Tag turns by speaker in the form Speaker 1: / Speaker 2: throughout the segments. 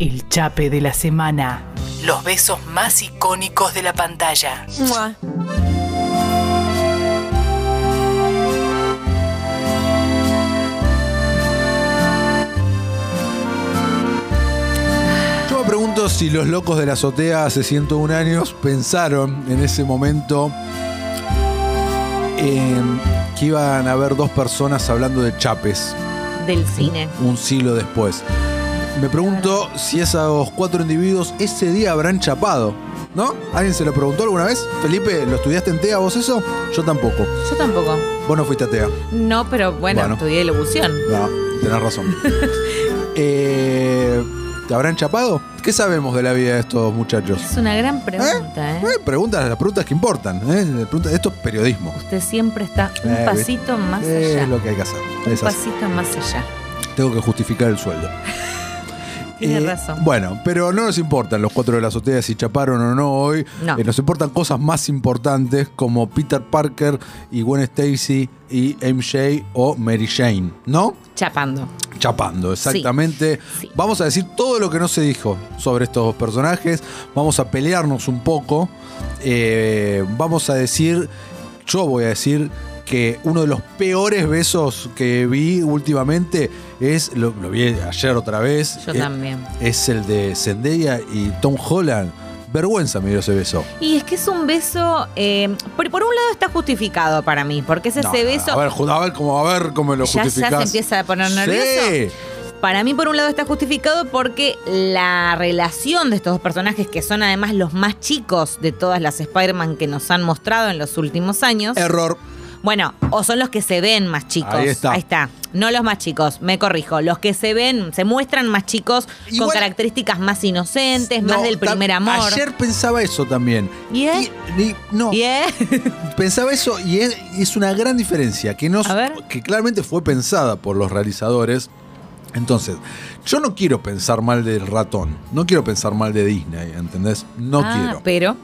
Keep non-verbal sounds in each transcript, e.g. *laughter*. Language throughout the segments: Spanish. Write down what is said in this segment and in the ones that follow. Speaker 1: El chape de la semana. Los besos más icónicos de la pantalla.
Speaker 2: Mua.
Speaker 3: Yo me pregunto si los locos de la azotea hace 101 años pensaron en ese momento en que iban a haber dos personas hablando de chapes
Speaker 2: Del cine.
Speaker 3: un siglo después. Me pregunto si esos cuatro individuos ese día habrán chapado. ¿No? ¿Alguien se lo preguntó alguna vez? Felipe, ¿lo estudiaste en TEA vos eso? Yo tampoco.
Speaker 2: Yo tampoco.
Speaker 3: Vos no fuiste a TEA.
Speaker 2: No, pero bueno,
Speaker 3: Bueno.
Speaker 2: estudié locución.
Speaker 3: No, tenés razón. Eh, ¿Te habrán chapado? ¿Qué sabemos de la vida de estos muchachos?
Speaker 2: Es una gran pregunta, ¿eh?
Speaker 3: Eh, preguntas, las preguntas que importan. ¿eh? Las preguntas- esto es periodismo.
Speaker 2: Usted siempre está un
Speaker 3: Eh,
Speaker 2: pasito más
Speaker 3: Eh,
Speaker 2: allá. Pues
Speaker 3: Es lo que hay que hacer.
Speaker 2: Un
Speaker 3: Es así.
Speaker 2: pasito más allá.
Speaker 3: Tengo que justificar el sueldo.
Speaker 2: Tiene
Speaker 3: Eh,
Speaker 2: razón.
Speaker 3: Bueno, pero no nos importan los cuatro de la azotea si chaparon o no hoy.
Speaker 2: No.
Speaker 3: Eh, nos importan cosas más importantes como Peter Parker y Gwen Stacy y MJ o Mary Jane, ¿no?
Speaker 2: Chapando.
Speaker 3: Chapando, exactamente.
Speaker 2: sí.
Speaker 3: Vamos a decir todo lo que no se dijo sobre estos dos personajes. Vamos a pelearnos un poco. Eh, vamos a decir, yo voy a decir que uno de los peores besos que vi últimamente es, lo, lo vi ayer otra vez.
Speaker 2: Yo
Speaker 3: eh,
Speaker 2: también.
Speaker 3: Es el de Zendaya y Tom Holland. Vergüenza me dio ese beso.
Speaker 2: Y es que es un beso. eh, por, por un lado está justificado para mí, porque es ese
Speaker 3: No,
Speaker 2: beso.
Speaker 3: A ver, ju- a ver cómo, a ver cómo lo
Speaker 2: Ya- ya se
Speaker 3: justificás.
Speaker 2: empieza a poner
Speaker 3: Sí.
Speaker 2: nervioso. Para mí, por un lado, está justificado porque la relación de estos dos personajes, que son además los más chicos de todas las Spider-Man que nos han mostrado en los últimos años,
Speaker 3: Error.
Speaker 2: bueno, o son los que se ven más chicos.
Speaker 3: Ahí está.
Speaker 2: No los más chicos, me corrijo. Los que se ven, se muestran más chicos, con
Speaker 3: Igual-
Speaker 2: características más inocentes, más
Speaker 3: No,
Speaker 2: del
Speaker 3: ta-
Speaker 2: primer amor.
Speaker 3: Ayer pensaba eso también.
Speaker 2: ¿Y es?
Speaker 3: Y- y- no,
Speaker 2: Bien.
Speaker 3: pensaba eso y es, y es una gran diferencia que, no,
Speaker 2: A ver.
Speaker 3: que claramente fue pensada por los realizadores. Entonces, yo no quiero pensar mal del ratón, no quiero pensar mal de Disney, ¿entendés? No
Speaker 2: *laughs* Ah,
Speaker 3: quiero.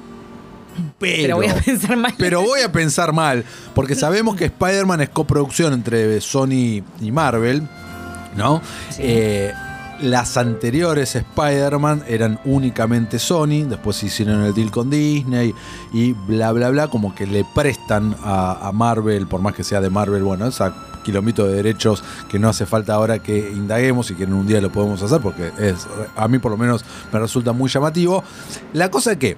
Speaker 2: Pero, pero voy a pensar más.
Speaker 3: Pero voy a pensar mal, porque sabemos que Spider-Man es coproducción entre Sony y Marvel, ¿no? Eh, las anteriores Spider-Man eran únicamente Sony, después hicieron el deal con Disney y bla, bla, bla, como que le prestan a, a Marvel, por más que sea de Marvel, bueno, esa kilomito de derechos que no hace falta ahora que indaguemos y que en un día lo podemos hacer porque es a mí por lo menos me resulta muy llamativo la cosa que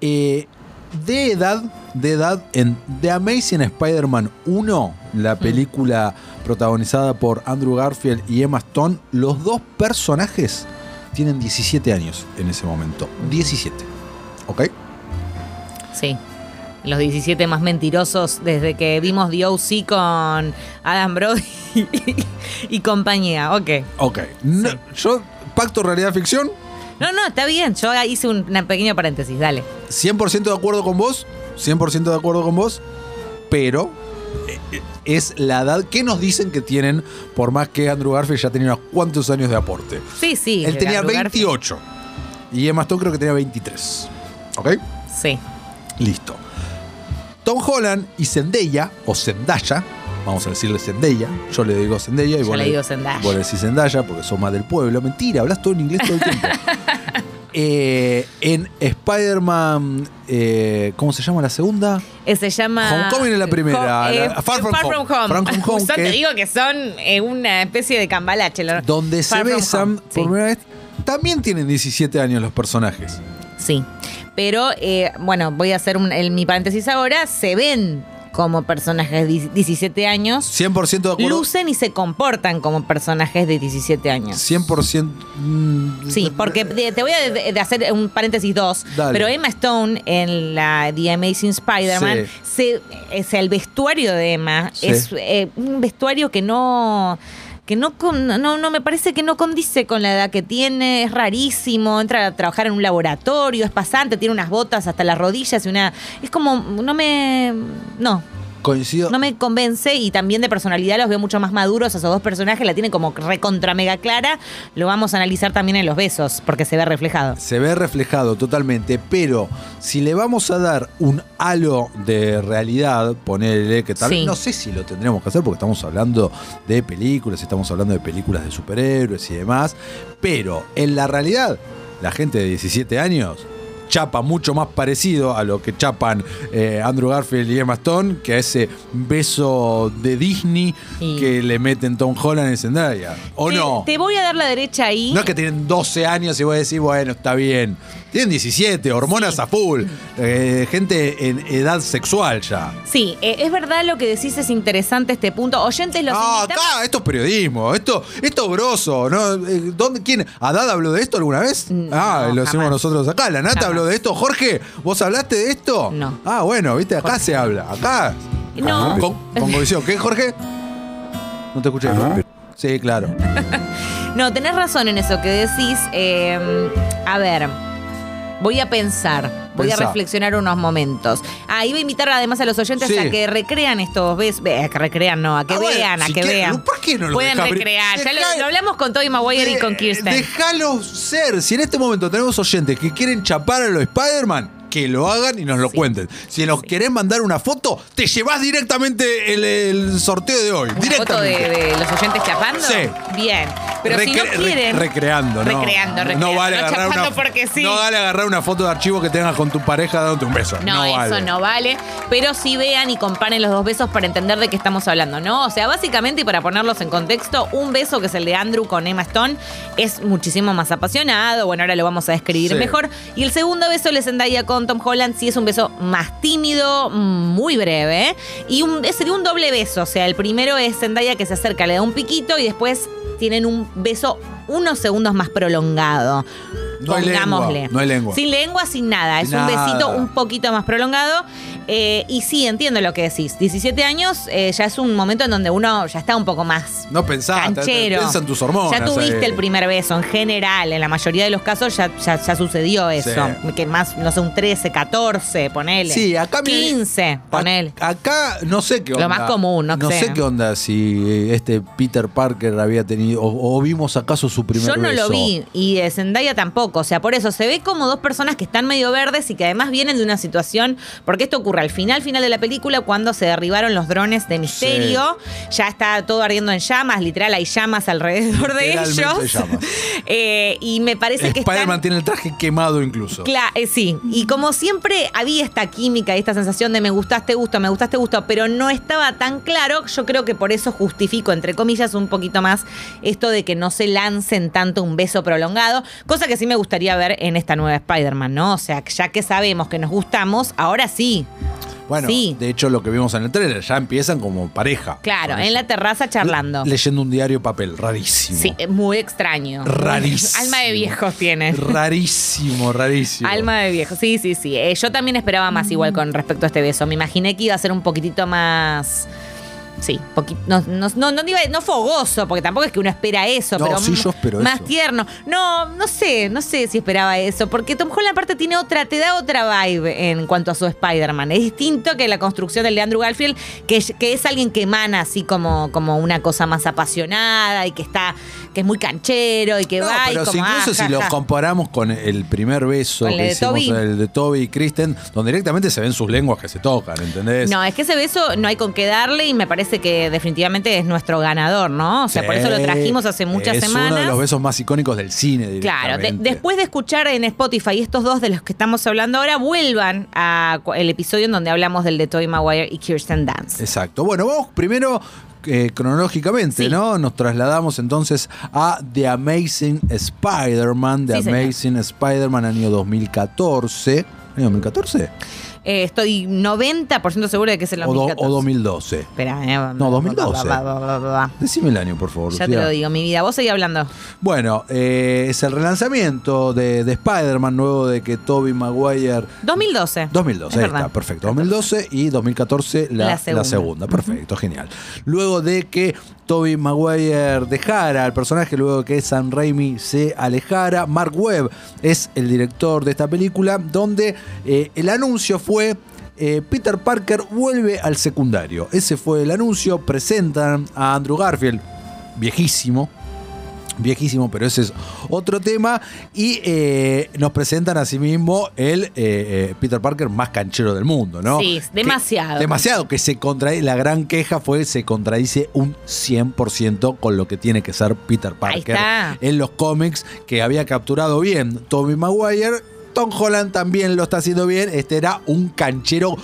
Speaker 3: eh, de edad, de edad, en The Amazing Spider-Man 1, la película protagonizada por Andrew Garfield y Emma Stone, los dos personajes tienen 17 años en ese momento. 17. ¿Ok?
Speaker 2: Sí. Los 17 más mentirosos desde que vimos The O.C. con Adam Brody *laughs* y compañía. Ok.
Speaker 3: Ok. No, yo, pacto realidad-ficción,
Speaker 2: No, no, está bien. Yo hice un una pequeño paréntesis. Dale.
Speaker 3: 100% de acuerdo con vos, 100% de acuerdo con vos, pero eh, eh, es la edad que nos dicen que tienen, por más que Andrew Garfield ya tenía unos cuantos años de aporte.
Speaker 2: Sí, sí.
Speaker 3: Él tenía
Speaker 2: Andrew
Speaker 3: 28. Y Emma Stone creo que tenía 23. ¿Ok?
Speaker 2: Garfield. Sí.
Speaker 3: Listo. Tom Holland y Zendaya, o Zendaya, vamos a decirle Zendaya. Yo le digo Zendaya y
Speaker 2: Yo
Speaker 3: vos
Speaker 2: le digo Zendaya.
Speaker 3: Vos le decís Zendaya porque sos más del pueblo. Mentira, hablas todo en inglés todo el
Speaker 2: *laughs*
Speaker 3: tiempo. Eh, en Spider-Man, eh, ¿cómo se llama la segunda?
Speaker 2: Eh, Se llama. eh,
Speaker 3: Homecoming es la primera,
Speaker 2: Home-
Speaker 3: la- Far From Home. Far From Home,
Speaker 2: Son-
Speaker 3: que-
Speaker 2: te digo que son eh, una especie de cambalache. lo-
Speaker 3: Donde se
Speaker 2: Far From
Speaker 3: besan
Speaker 2: Home, sí.
Speaker 3: por primera vez. También tienen 17 años los personajes.
Speaker 2: Sí. Pero, eh, bueno, voy a hacer un- el- mi paréntesis ahora. Se ven como personajes de 17 años.
Speaker 3: 100% de acuerdo.
Speaker 2: lucen y se comportan como personajes de 17 años.
Speaker 3: 100%. mm,
Speaker 2: Sí, porque de- te voy a de- de hacer un paréntesis dos,
Speaker 3: Dale.
Speaker 2: pero Emma Stone en la The Amazing Spider-Man, se- es el vestuario de Emma
Speaker 3: Sí.
Speaker 2: es eh, un vestuario que no que no, con- no no me parece que no condice con la edad que tiene, es rarísimo, entra a trabajar en un laboratorio, es pasante, tiene unas botas hasta las rodillas y una es como no me no
Speaker 3: Coincido.
Speaker 2: No me convence y también de personalidad los veo mucho más maduros a esos dos personajes, la tienen como recontra mega clara. Lo vamos a analizar también en los besos, porque se ve reflejado.
Speaker 3: Se ve reflejado totalmente, pero si le vamos a dar un halo de realidad, ponerle que tal vez,
Speaker 2: Sí.
Speaker 3: no sé si lo tendríamos que hacer porque estamos hablando de películas, estamos hablando de películas de superhéroes y demás, pero en la realidad, la gente de 17 años chapa mucho más parecido a lo que chapan eh, Andrew Garfield y Emma Stone que a ese beso de Disney
Speaker 2: Sí.
Speaker 3: que le meten Tom Holland en Zendaya. ¿O
Speaker 2: Te-
Speaker 3: no?
Speaker 2: Te, voy a dar la derecha ahí.
Speaker 3: No es que tienen 12 años y vos decís, bueno, está bien. Tienen 17, hormonas a full. eh, gente en edad sexual ya.
Speaker 2: Sí, eh, es verdad lo que decís, es interesante este punto. Oyentes, los
Speaker 3: Ah,
Speaker 2: invitamos-
Speaker 3: está, esto es periodismo, esto, esto es grosso, ¿no? Eh, ¿Dónde, ¿Quién? ¿Adad habló de esto alguna vez?
Speaker 2: Mm,
Speaker 3: ah,
Speaker 2: no,
Speaker 3: lo hicimos
Speaker 2: jamás.
Speaker 3: nosotros acá. ¿La Nata
Speaker 2: Jamás.
Speaker 3: habló de esto? Jorge, ¿vos hablaste de esto?
Speaker 2: No.
Speaker 3: Ah, bueno, viste, acá
Speaker 2: Jorge.
Speaker 3: se habla. Acá.
Speaker 2: No.
Speaker 3: Con, con convicción. ¿Qué, Jorge? No te escuché. Sí, claro.
Speaker 2: No, tenés razón en eso que decís. Eh, a ver, voy a pensar. Voy
Speaker 3: Pensá.
Speaker 2: a reflexionar unos momentos. Ah, iba a invitar además a los oyentes
Speaker 3: Sí.
Speaker 2: a que recrean estos ves, ve- a que recrean, no, a que
Speaker 3: Ah, bueno,
Speaker 2: vean, a
Speaker 3: si
Speaker 2: que
Speaker 3: quieren,
Speaker 2: vean.
Speaker 3: ¿por qué no los
Speaker 2: Pueden
Speaker 3: deja abrir?
Speaker 2: recrear. Ya
Speaker 3: Dejá-
Speaker 2: lo, lo hablamos con Toby Maguire y
Speaker 3: De-
Speaker 2: con Kirsten.
Speaker 3: Déjalo ser. Si en este momento tenemos oyentes que quieren chapar a los Spider-Man, que lo hagan y nos lo cuenten. Si nos querés mandar una foto, te llevás directamente el, el sorteo de hoy.
Speaker 2: ¿Una foto de,
Speaker 3: directamente.
Speaker 2: de los oyentes chapando?
Speaker 3: Sí.
Speaker 2: Bien. Pero si no
Speaker 3: Recre- re-
Speaker 2: quieren.
Speaker 3: recreando, ¿no?
Speaker 2: Recreando,
Speaker 3: No
Speaker 2: recreando,
Speaker 3: vale,
Speaker 2: no
Speaker 3: agarrar una,
Speaker 2: chapando porque sí.
Speaker 3: no vale agarrar una foto de archivo que tengas con tu pareja dándote un beso.
Speaker 2: No,
Speaker 3: No,
Speaker 2: eso
Speaker 3: vale.
Speaker 2: no vale. Pero sí vean y comparen los dos besos para entender de qué estamos hablando, ¿no? O sea, básicamente, y para ponerlos en contexto, un beso que es el de Andrew con Emma Stone es muchísimo más apasionado. Bueno, ahora lo vamos a describir
Speaker 3: Sí.
Speaker 2: mejor. Y el segundo beso, el de Zendaya con Tom Holland, sí es un beso más tímido, muy breve. ¿eh? Y un, es- sería un doble beso. O sea, el primero es Zendaya que se acerca, le da un piquito y después tienen un beso unos segundos más prolongado.
Speaker 3: No hay lengua,
Speaker 2: Pongámosle.
Speaker 3: no hay lengua.
Speaker 2: Sin lengua, sin nada. Es
Speaker 3: Sin
Speaker 2: un
Speaker 3: nada.
Speaker 2: besito un poquito más prolongado. Eh, y sí, entiendo lo que decís. 17 años eh, ya es un momento en donde uno ya está un poco más
Speaker 3: No pensás, Ah, te- te-
Speaker 2: canchero.
Speaker 3: piensa en tus hormonas.
Speaker 2: Ya tuviste
Speaker 3: ahí.
Speaker 2: el primer beso, en general. En la mayoría de los casos ya, ya, ya sucedió eso.
Speaker 3: Sí.
Speaker 2: Que más, no sé, un 13, 14, ponele.
Speaker 3: Sí, acá me-
Speaker 2: 15, ponele.
Speaker 3: A- Acá no sé qué
Speaker 2: Lo
Speaker 3: onda.
Speaker 2: más común, no
Speaker 3: No
Speaker 2: sé.
Speaker 3: sé qué onda si eh, este Peter Parker había tenido. O, o vimos acaso su primer
Speaker 2: Yo no
Speaker 3: beso.
Speaker 2: lo vi y eh, Zendaya tampoco, o sea, por eso se ve como dos personas que están medio verdes y que además vienen de una situación, porque esto ocurre al final, final de la película, cuando se derribaron los drones de misterio, ya está todo ardiendo en llamas, literal hay llamas alrededor de
Speaker 3: Literalmente
Speaker 2: ellos,
Speaker 3: llamas.
Speaker 2: *laughs* Eh, y me parece que
Speaker 3: Spider-Man
Speaker 2: están...
Speaker 3: tiene el traje quemado incluso.
Speaker 2: Cla- eh, sí, y como siempre había esta química y esta sensación de me gustaste, gusto, me gustaste, gusto, pero no estaba tan claro, yo creo que por eso justifico, entre comillas, un poquito más esto de que no se lancen tanto un beso prolongado, cosa que sí me gustaría ver en esta nueva Spider-Man, ¿no? O sea, ya que sabemos que nos gustamos, ahora sí,
Speaker 3: Bueno,
Speaker 2: sí.
Speaker 3: de hecho, lo que vimos en el trailer, ya empiezan como pareja.
Speaker 2: claro,
Speaker 3: Con
Speaker 2: en
Speaker 3: eso.
Speaker 2: la terraza charlando.
Speaker 3: Le- leyendo un diario papel, rarísimo.
Speaker 2: Sí, eh, muy extraño.
Speaker 3: Rarísimo.
Speaker 2: Alma de viejos tiene.
Speaker 3: Rarísimo, rarísimo.
Speaker 2: Alma de viejo, sí, sí, sí. Eh, yo también esperaba más igual con respecto a este beso. Me imaginé que iba a ser un poquitito más... Sí, poqui- no, no, no, no iba- no fogoso, porque tampoco es que uno espera eso,
Speaker 3: No,
Speaker 2: pero
Speaker 3: sí,
Speaker 2: m-
Speaker 3: yo espero
Speaker 2: más
Speaker 3: eso.
Speaker 2: tierno. No, no sé, no sé si esperaba eso, porque Tom Holland aparte tiene otra, te da otra vibe en cuanto a su Spider-Man. Es distinto que la construcción del de Andrew Garfield, que, es- que es alguien que emana así como, como una cosa más apasionada y que está, que es muy canchero y que
Speaker 3: No,
Speaker 2: va y
Speaker 3: pero si
Speaker 2: como, ah,
Speaker 3: incluso
Speaker 2: ja,
Speaker 3: si lo
Speaker 2: ja.
Speaker 3: comparamos con el primer beso
Speaker 2: Con el
Speaker 3: que
Speaker 2: de
Speaker 3: hicimos,
Speaker 2: Toby.
Speaker 3: el de Toby y Kristen, donde directamente se ven sus lenguas que se tocan, ¿entendés?
Speaker 2: No, es que ese beso no hay con qué darle y me parece que definitivamente es nuestro ganador, ¿no? O sea, por eso lo
Speaker 3: Sí,
Speaker 2: trajimos hace muchas
Speaker 3: es
Speaker 2: semanas.
Speaker 3: uno de los besos más icónicos del cine,
Speaker 2: Claro, de-
Speaker 3: directamente.
Speaker 2: después de escuchar en Spotify estos dos de los que estamos hablando ahora, vuelvan a cu- el episodio en donde hablamos del de Toy Maguire y Kirsten Dance.
Speaker 3: Exacto. Bueno, vamos primero eh, cronológicamente,
Speaker 2: Sí.
Speaker 3: ¿no? Nos trasladamos entonces a The Amazing Spider-Man, The
Speaker 2: Sí, señor.
Speaker 3: Amazing Spider-Man año 2014. ¿Año 2014?
Speaker 2: Eh, estoy 90% segura de que es el
Speaker 3: O, do-
Speaker 2: 2014.
Speaker 3: o 2012.
Speaker 2: Espera, eh, va-
Speaker 3: No, 2012.
Speaker 2: va- va- va- va- va- va.
Speaker 3: Decime el año, por favor.
Speaker 2: Ya te
Speaker 3: Lucía.
Speaker 2: lo digo, mi vida. Vos seguís hablando.
Speaker 3: Bueno, eh, es el relanzamiento de, de Spider-Man nuevo de que Toby Maguire
Speaker 2: 2012.
Speaker 3: 2012,
Speaker 2: Es
Speaker 3: ahí
Speaker 2: verdad.
Speaker 3: está, perfecto. 2012 y 2014 la,
Speaker 2: La
Speaker 3: la
Speaker 2: segunda.
Speaker 3: segunda. perfecto, genial. Luego de que Toby Maguire dejara al personaje, luego de que Sam Raimi se alejara, Mark Webb es el director de esta película, donde eh, el anuncio fue eh, Peter Parker vuelve al secundario. Ese fue el anuncio. Presentan a Andrew Garfield, viejísimo. Viejísimo, pero ese es otro tema. Y eh, nos presentan a sí mismo el eh, eh, Peter Parker más canchero del mundo, ¿no?
Speaker 2: Sí, es demasiado.
Speaker 3: Que- demasiado, que se contradice. La gran queja fue se contradice un 100% con lo que tiene que ser Peter Parker
Speaker 2: está.
Speaker 3: en los cómics que había capturado bien Tommy Maguire. Tom Holland también lo está haciendo bien. Este era un canchero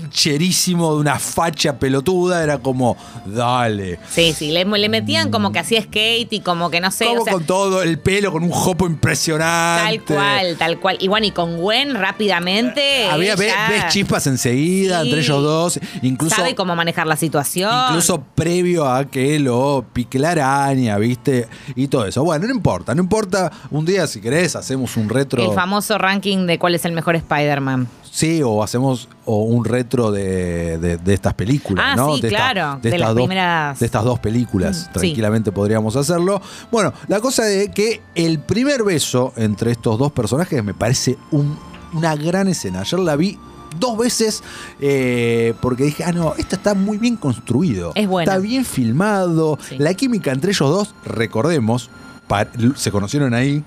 Speaker 3: cancherísimo de una facha pelotuda. Era como, dale.
Speaker 2: Sí, sí, le, le metían como que hacía skate y como que no sé.
Speaker 3: como
Speaker 2: o sea,
Speaker 3: con todo el pelo, con un jopo
Speaker 2: Tal
Speaker 3: impresionante.
Speaker 2: cual, tal cual. Y bueno, y con Gwen rápidamente.
Speaker 3: Ah, Había ve-
Speaker 2: ella
Speaker 3: ves chispas enseguida
Speaker 2: Sí.
Speaker 3: entre ellos dos. Incluso
Speaker 2: Sabe cómo manejar la situación.
Speaker 3: Incluso previo a que lo pique la araña, ¿viste? Y todo eso. Bueno, no importa, no importa. Un día, si querés, hacemos un retro.
Speaker 2: El famoso ranking de cuál es el mejor Spider-Man.
Speaker 3: Sí, o hacemos o un retro de, de- de estas películas,
Speaker 2: Ah,
Speaker 3: ¿no?
Speaker 2: sí,
Speaker 3: de esta-
Speaker 2: claro,
Speaker 3: de,
Speaker 2: de
Speaker 3: estas
Speaker 2: las
Speaker 3: dos,
Speaker 2: primeras-
Speaker 3: de estas dos películas,
Speaker 2: Mm,
Speaker 3: tranquilamente podríamos hacerlo. Bueno, la cosa es que el primer beso entre estos dos personajes me parece un- una gran escena. Ayer la vi dos veces eh, porque dije, ah, no, esto está muy bien construido.
Speaker 2: Es buena.
Speaker 3: Está bien filmado.
Speaker 2: Sí.
Speaker 3: La química entre ellos dos, recordemos, pa- se conocieron ahí.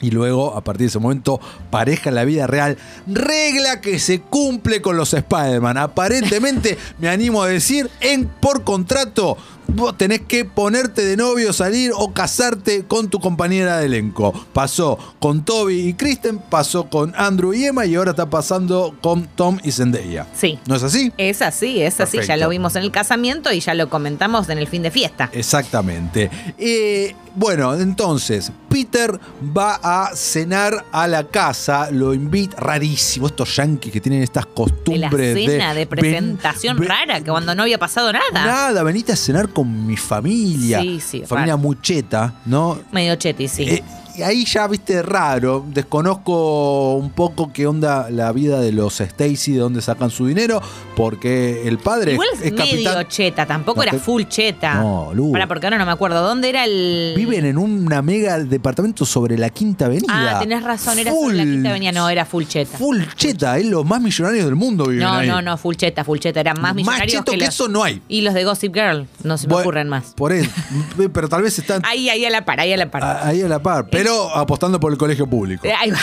Speaker 3: Y luego, a partir de ese momento, pareja en la vida real. Regla que se cumple con los Spider-Man. Aparentemente, me animo a decir, en, por contrato, vos tenés que ponerte de novio, salir o casarte con tu compañera de elenco. Pasó con Toby y Kristen, pasó con Andrew y Emma y ahora está pasando con Tom y Zendaya.
Speaker 2: Sí.
Speaker 3: ¿No es así?
Speaker 2: Es así, es así. Ya
Speaker 3: Perfecto.
Speaker 2: lo vimos en el casamiento y ya lo comentamos en el fin de fiesta.
Speaker 3: Exactamente. Eh, bueno, entonces, Peter va a cenar a la casa, lo invita, rarísimo, estos yanquis que tienen estas
Speaker 2: la
Speaker 3: costumbres
Speaker 2: cena de,
Speaker 3: ven-
Speaker 2: presentación
Speaker 3: ven-
Speaker 2: rara, que cuando no había pasado nada.
Speaker 3: Nada, venite a cenar con mi familia.
Speaker 2: Sí, sí,
Speaker 3: familia
Speaker 2: raro.
Speaker 3: mucheta, ¿no?
Speaker 2: Medio cheti, sí.
Speaker 3: Eh, y ahí ya, viste, raro. Desconozco un poco qué onda la vida de los Stacy, de dónde sacan su dinero, porque el padre
Speaker 2: Igual
Speaker 3: es,
Speaker 2: es,
Speaker 3: es
Speaker 2: medio
Speaker 3: eh, capitán.
Speaker 2: cheta, tampoco
Speaker 3: No,
Speaker 2: era
Speaker 3: que-
Speaker 2: full cheta.
Speaker 3: No, Lu.
Speaker 2: Para, porque ahora no me acuerdo. ¿Dónde era el.
Speaker 3: Viven en una mega departamento sobre la Quinta Avenida.
Speaker 2: Ah, tenés razón, era full, la
Speaker 3: Full-
Speaker 2: quinta avenida, no, era full cheta.
Speaker 3: Full cheta, es los más millonarios del mundo viven
Speaker 2: no,
Speaker 3: ahí.
Speaker 2: no, no, full cheta, full cheta, eran más millonarios
Speaker 3: cheto que,
Speaker 2: los-
Speaker 3: eso no hay.
Speaker 2: Y los de Gossip Girl, no se me
Speaker 3: Bueno,
Speaker 2: ocurren más.
Speaker 3: Por eso, *laughs* pero tal vez están
Speaker 2: Ahí, ahí a la par, ahí a la par.
Speaker 3: a- ahí a la par, pero apostando por el colegio público.
Speaker 2: Eh,
Speaker 3: *laughs*
Speaker 2: Ahí va.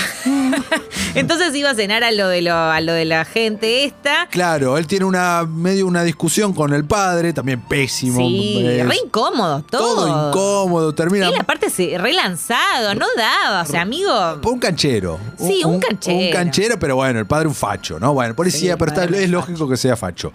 Speaker 2: Entonces iba a cenar a lo de lo, a lo de la gente esta.
Speaker 3: Claro, él tiene una medio una discusión con el padre, también pésimo.
Speaker 2: Sí,
Speaker 3: es
Speaker 2: re incómodo, todo.
Speaker 3: todo incómodo, termina
Speaker 2: Él aparte se relanzado, no daba, o sea, amigo.
Speaker 3: por Pues un canchero.
Speaker 2: Sí, un canchero.
Speaker 3: Un canchero, pero bueno, el padre un facho, ¿no? Bueno,
Speaker 2: Sí,
Speaker 3: policía,
Speaker 2: el
Speaker 3: pero está-
Speaker 2: padre
Speaker 3: es
Speaker 2: un
Speaker 3: lógico que sea facho.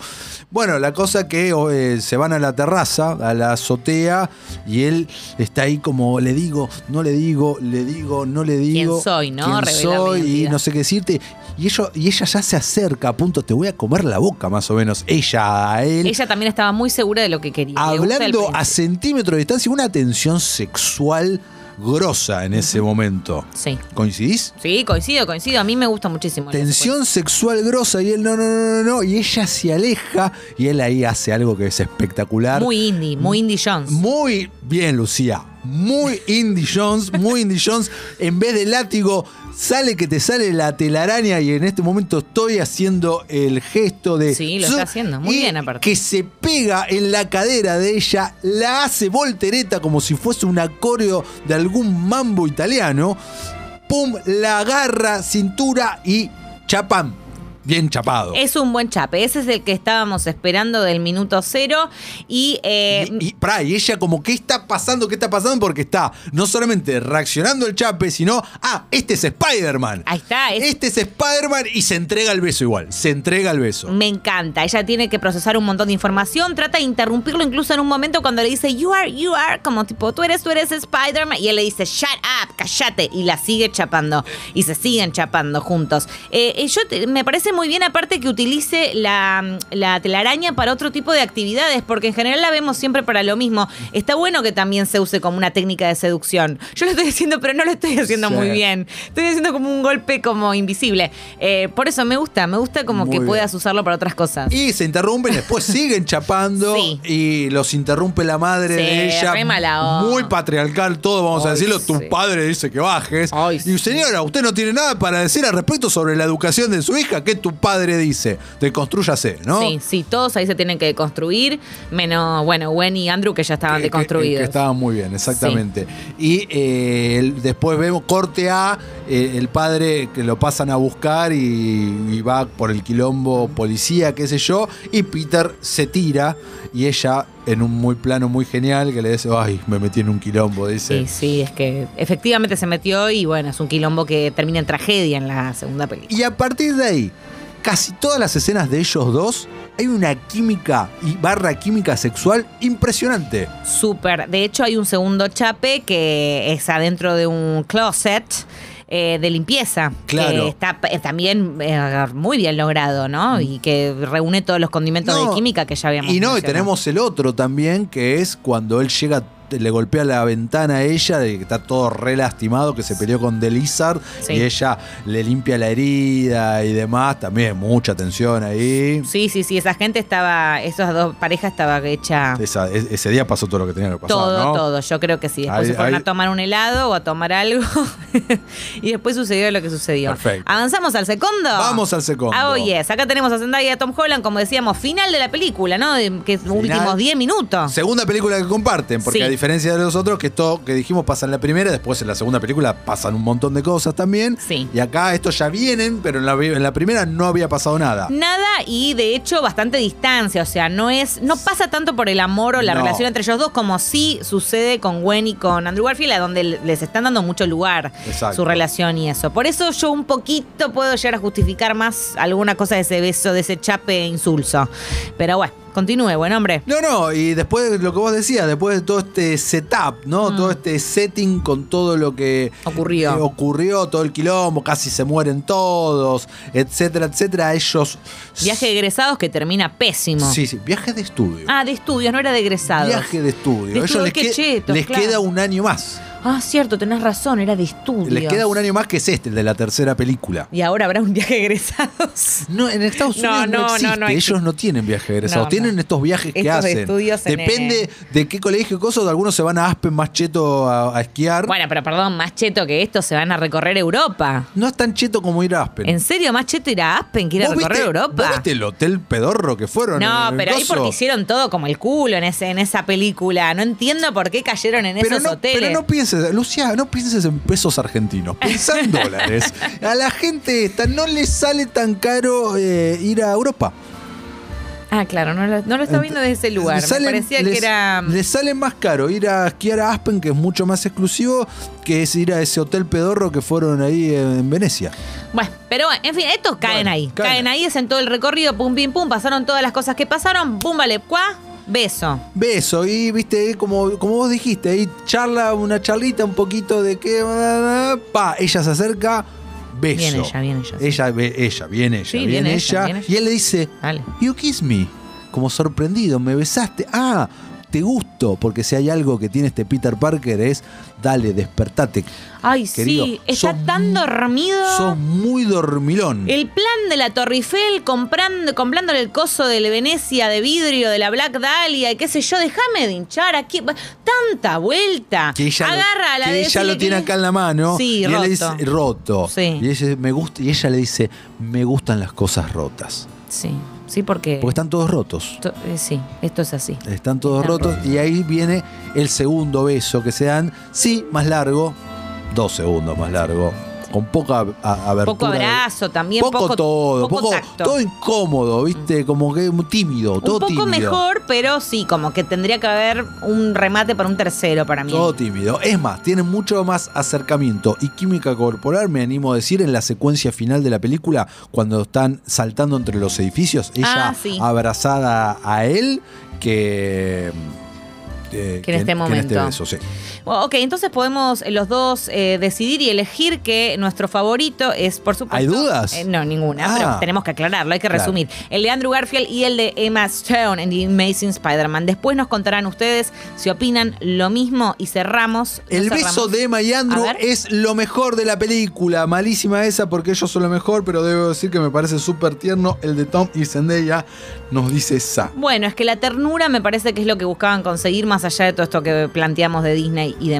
Speaker 3: Bueno, la cosa que o, eh, se van a la terraza, a la azotea, y él está ahí como, le digo, no le digo, le digo, no le digo.
Speaker 2: soy, no?
Speaker 3: ¿Quién
Speaker 2: Revelar la
Speaker 3: soy? Y
Speaker 2: identidad.
Speaker 3: no sé qué decirte. Y, ello- y ella ya se acerca, a punto, te voy a comer la boca, más o menos. Ella a él.
Speaker 2: Ella también estaba muy segura de lo que quería. Le gusta el
Speaker 3: hablando a
Speaker 2: príncipe.
Speaker 3: centímetros de distancia, una tensión sexual grosa en ese momento.
Speaker 2: Sí.
Speaker 3: ¿Coincidís?
Speaker 2: Sí, coincido, coincido. A mí me gusta muchísimo. la
Speaker 3: Tensión sexual grosa y él no, no, no, no, no. Y ella se aleja y él ahí hace algo que es espectacular.
Speaker 2: secuencia. Muy indie, muy indie Jones.
Speaker 3: Muy bien, Lucía. Muy Indy Jones, muy Indy Jones. En vez de látigo, sale que te sale la telaraña y en este momento estoy haciendo el gesto de...
Speaker 2: Sí, lo está haciendo. Muy
Speaker 3: y
Speaker 2: bien, aparte.
Speaker 3: Que se pega en la cadera de ella, la hace voltereta como si fuese un acordeo de algún mambo italiano. Pum, la agarra, cintura y chapam. Bien chapado.
Speaker 2: Es un buen chape. Ese es el que estábamos esperando del minuto cero. Y, eh,
Speaker 3: Y, y, pará, y ella como, ¿qué está pasando? ¿Qué está pasando? Porque está no solamente reaccionando el chape, sino, ah, este es Spider-Man.
Speaker 2: ahí está. ah, es-
Speaker 3: Este es Spider-Man y se entrega el beso igual. Se entrega el beso.
Speaker 2: Me encanta. Ella tiene que procesar un montón de información. Trata de interrumpirlo incluso en un momento cuando le dice, You are, you are. Como tipo, tú eres, tú eres Spider-Man. Y él le dice, Shut up, callate. Y la sigue chapando. Y se siguen chapando juntos. Eh, eh, yo te- me parece muy bien, aparte, que utilice la, la telaraña para otro tipo de actividades. Porque en general la vemos siempre para lo mismo. Está bueno que también se use como una técnica de seducción. Yo lo estoy diciendo, pero no lo estoy haciendo
Speaker 3: Sí.
Speaker 2: muy bien. Estoy haciendo como un golpe como invisible. Eh, por eso me gusta. Me gusta como
Speaker 3: Muy
Speaker 2: que
Speaker 3: bien.
Speaker 2: puedas usarlo para otras cosas.
Speaker 3: Y se
Speaker 2: *laughs*
Speaker 3: interrumpen, después siguen chapando
Speaker 2: Sí.
Speaker 3: y los interrumpe la madre
Speaker 2: Sí,
Speaker 3: de ella.
Speaker 2: re mala onda.
Speaker 3: Muy patriarcal todo, vamos
Speaker 2: Ay,
Speaker 3: a decirlo.
Speaker 2: sí.
Speaker 3: Tu padre dice que bajes.
Speaker 2: Ay,
Speaker 3: y señora, usted no tiene nada para decir al respecto sobre la educación de su hija. ¿Qué tu padre dice, deconstrúyase, ¿no?
Speaker 2: Sí, sí, todos ahí se tienen que deconstruir, menos, bueno, Gwen y Andrew que ya estaban
Speaker 3: Que- que- Que,
Speaker 2: Ah, deconstruidos.
Speaker 3: estaban muy bien, exactamente. Y eh, el- después vemos corte a eh, el padre que lo pasan a buscar y, y va por el quilombo policía, qué sé yo, y Peter se tira y ella en un muy plano muy genial que le dice, ay, me metí en un quilombo, dice.
Speaker 2: Sí, sí, es que efectivamente se metió y bueno, es un quilombo que termina en tragedia en la segunda película.
Speaker 3: Y a partir de ahí, casi todas las escenas de ellos dos, hay una química y barra química sexual impresionante.
Speaker 2: Súper. De hecho, hay un segundo chape que es adentro de un closet. eh, de limpieza.
Speaker 3: Claro. Mm.
Speaker 2: Que está eh, también eh, muy bien logrado, ¿no? Y que reúne todos los condimentos
Speaker 3: No,
Speaker 2: de química que ya habíamos
Speaker 3: Y no, y
Speaker 2: mencionado.
Speaker 3: tenemos el otro también, que es cuando él llega, te- le golpea la ventana a ella, de que está todo re lastimado, que se peleó con Delizard,
Speaker 2: Sí.
Speaker 3: y ella le limpia la herida y demás, también mucha tensión ahí.
Speaker 2: Sí, sí, sí. Esa gente estaba. Esas dos parejas estaba hecha.
Speaker 3: Esa- e- ese día pasó todo lo que tenía que pasar,
Speaker 2: Ah. Todo,
Speaker 3: ¿no?
Speaker 2: todo. Yo creo que sí. Después
Speaker 3: Ahí-
Speaker 2: se fueron
Speaker 3: ahí-
Speaker 2: a tomar un helado o a tomar algo. *laughs* y después sucedió lo que sucedió.
Speaker 3: Perfecto.
Speaker 2: ¿Avanzamos al segundo?
Speaker 3: Vamos al segundo.
Speaker 2: Ah, oye, Acá tenemos a Zendaya y a Tom Holland, como decíamos, final de la película, ¿no? De- Que últimos 10 minutos.
Speaker 3: Segunda película que comparten, porque
Speaker 2: Sí.
Speaker 3: a diferencia de los otros, que esto que dijimos pasa en la primera, después en la segunda película pasan un montón de cosas también.
Speaker 2: Sí.
Speaker 3: Y acá estos ya vienen, pero en la, en la primera no había pasado nada.
Speaker 2: Nada y de hecho bastante distancia, o sea, no es no pasa tanto por el amor o la
Speaker 3: No.
Speaker 2: relación entre ellos dos como sí sucede con Gwen y con Andrew Garfield, a donde les están dando mucho lugar
Speaker 3: Exacto.
Speaker 2: su relación y eso. Por eso yo un poquito puedo llegar a justificar más alguna cosa de ese beso, de ese chape insulso. Pero bueno, continúe, buen hombre.
Speaker 3: No, no, y después de lo que vos decías, después de todo este setup, ¿no? Todo este setting con todo lo que
Speaker 2: Mm. Ocurrió.
Speaker 3: eh, ocurrió, todo el quilombo, casi se mueren todos, etcétera, etcétera. Ellos.
Speaker 2: Viaje de egresados que termina pésimo.
Speaker 3: Sí, sí, viaje de estudio.
Speaker 2: Ah, de estudios, no era de egresados.
Speaker 3: Viaje de estudio.
Speaker 2: Ah. De
Speaker 3: Ellos
Speaker 2: estudio,
Speaker 3: les,
Speaker 2: qué
Speaker 3: que-
Speaker 2: chetos,
Speaker 3: les
Speaker 2: claro.
Speaker 3: queda un año más.
Speaker 2: Ah, cierto, tenés razón, era de estudios.
Speaker 3: Les queda un año más que es este, el de la tercera película.
Speaker 2: Y ahora habrá un viaje de egresados.
Speaker 3: No, en Estados
Speaker 2: No,
Speaker 3: Unidos no,
Speaker 2: no, no,
Speaker 3: existe.
Speaker 2: no existe.
Speaker 3: Ellos no tienen viajes de egresados.
Speaker 2: No,
Speaker 3: tienen
Speaker 2: no.
Speaker 3: estos viajes que
Speaker 2: Estos de
Speaker 3: hacen.
Speaker 2: estudios en
Speaker 3: Depende de qué colegio y cosas. Algunos se van a Aspen Macheto a, a esquiar.
Speaker 2: Bueno, pero perdón, más cheto que esto, se van a recorrer Europa.
Speaker 3: No es tan cheto como ir a Aspen.
Speaker 2: ¿En serio, más cheto ir a Aspen que ir a
Speaker 3: ¿Vos
Speaker 2: recorrer
Speaker 3: viste- vos
Speaker 2: Europa?
Speaker 3: viste el hotel pedorro que fueron? en
Speaker 2: No,
Speaker 3: el
Speaker 2: pero ahí
Speaker 3: coso?
Speaker 2: porque hicieron todo como el culo en, ese, en esa película. No entiendo por qué cayeron en
Speaker 3: Pero
Speaker 2: esos
Speaker 3: no,
Speaker 2: hoteles.
Speaker 3: pero no pienses, Lucía, no pienses en pesos argentinos, piensa
Speaker 2: *laughs*
Speaker 3: en dólares. A la gente esta no le sale tan caro eh, ir a Europa.
Speaker 2: Ah, claro, no lo, no lo está viendo desde ese lugar.
Speaker 3: Le sale-
Speaker 2: Me parecía
Speaker 3: les-
Speaker 2: que era.
Speaker 3: Le sale más caro ir a esquiar a Aspen, que es mucho más exclusivo, que es ir a ese hotel pedorro que fueron ahí en, en Venecia.
Speaker 2: Bueno, pero bueno, en fin, estos caen
Speaker 3: Bueno,
Speaker 2: ahí.
Speaker 3: caen.
Speaker 2: Caen. ahí, es en todo el recorrido, pum, pim, pum. Pasaron todas las cosas que pasaron, pum, vale, cuá, beso.
Speaker 3: Beso, y viste, como, como vos dijiste, ahí charla, una charlita un poquito de qué. bla, bla, bla, Pa, ella se acerca, beso.
Speaker 2: Viene ella, viene ella, sí.
Speaker 3: Ella, ve- ella, viene ella,
Speaker 2: Sí,
Speaker 3: viene,
Speaker 2: viene ella,
Speaker 3: ella,
Speaker 2: viene
Speaker 3: Y
Speaker 2: ella.
Speaker 3: él le dice,
Speaker 2: Dale.
Speaker 3: You kiss me. Como sorprendido, me besaste. Ah, te gusto, porque si hay algo que tiene este Peter Parker es, dale, despertate.
Speaker 2: Ay,
Speaker 3: Querido,
Speaker 2: sí, está
Speaker 3: sos
Speaker 2: tan dormido.
Speaker 3: Sos muy dormilón.
Speaker 2: El plan de la Torre Eiffel comprando, comprándole el coso de la Venecia de vidrio, de la Black Dahlia y qué sé yo, déjame de hinchar aquí. Tanta vuelta.
Speaker 3: que ella,
Speaker 2: Agarra
Speaker 3: lo,
Speaker 2: a la
Speaker 3: que
Speaker 2: de
Speaker 3: ella
Speaker 2: decirle
Speaker 3: lo tiene
Speaker 2: que-
Speaker 3: acá en la mano
Speaker 2: Sí,
Speaker 3: y él le dice
Speaker 2: roto.
Speaker 3: roto
Speaker 2: Sí.
Speaker 3: y ella me gusta y ella le dice me gustan las cosas rotas
Speaker 2: Sí, sí, porque.
Speaker 3: porque están todos rotos
Speaker 2: esto- eh, sí, esto es así.
Speaker 3: Están todos
Speaker 2: Están
Speaker 3: rotos. Y ahí viene el segundo beso que se dan. Sí, más largo. Dos segundos más largo. Con poca a- abertura.
Speaker 2: Poco abrazo también,
Speaker 3: Poco,
Speaker 2: poco-
Speaker 3: todo.
Speaker 2: poco
Speaker 3: Poco,
Speaker 2: tacto.
Speaker 3: todo incómodo, ¿viste? Como que tímido. todo
Speaker 2: Un poco
Speaker 3: tímido.
Speaker 2: mejor, pero sí, como que tendría que haber un remate para un tercero para mí.
Speaker 3: Todo tímido. Es más, tiene mucho más acercamiento y química corporal, me animo a decir, en la secuencia final de la película, cuando están saltando entre los edificios, ella
Speaker 2: Ah, sí.
Speaker 3: abrazada a él, que... eh,
Speaker 2: Que en este momento.
Speaker 3: beso, sí.
Speaker 2: Bueno, ok, entonces podemos eh, los dos eh, decidir y elegir que nuestro favorito es, por supuesto.
Speaker 3: ¿Hay dudas?
Speaker 2: Eh, no, ninguna,
Speaker 3: Ah.
Speaker 2: pero tenemos que aclararlo, hay que
Speaker 3: Claro.
Speaker 2: resumir. El de Andrew Garfield y el de Emma Stone en The Amazing Spider-Man. Después nos contarán ustedes si opinan lo mismo y cerramos. no
Speaker 3: El
Speaker 2: cerramos.
Speaker 3: beso de Emma y Andrew
Speaker 2: A ver.
Speaker 3: es lo mejor de la película. Malísima esa porque ellos son lo mejor, pero debo decir que me parece súper tierno. El de Tom y Zendaya nos dice esa.
Speaker 2: Bueno, es que la ternura me parece que es lo que buscaban conseguir más allá de todo esto que planteamos de Disney y de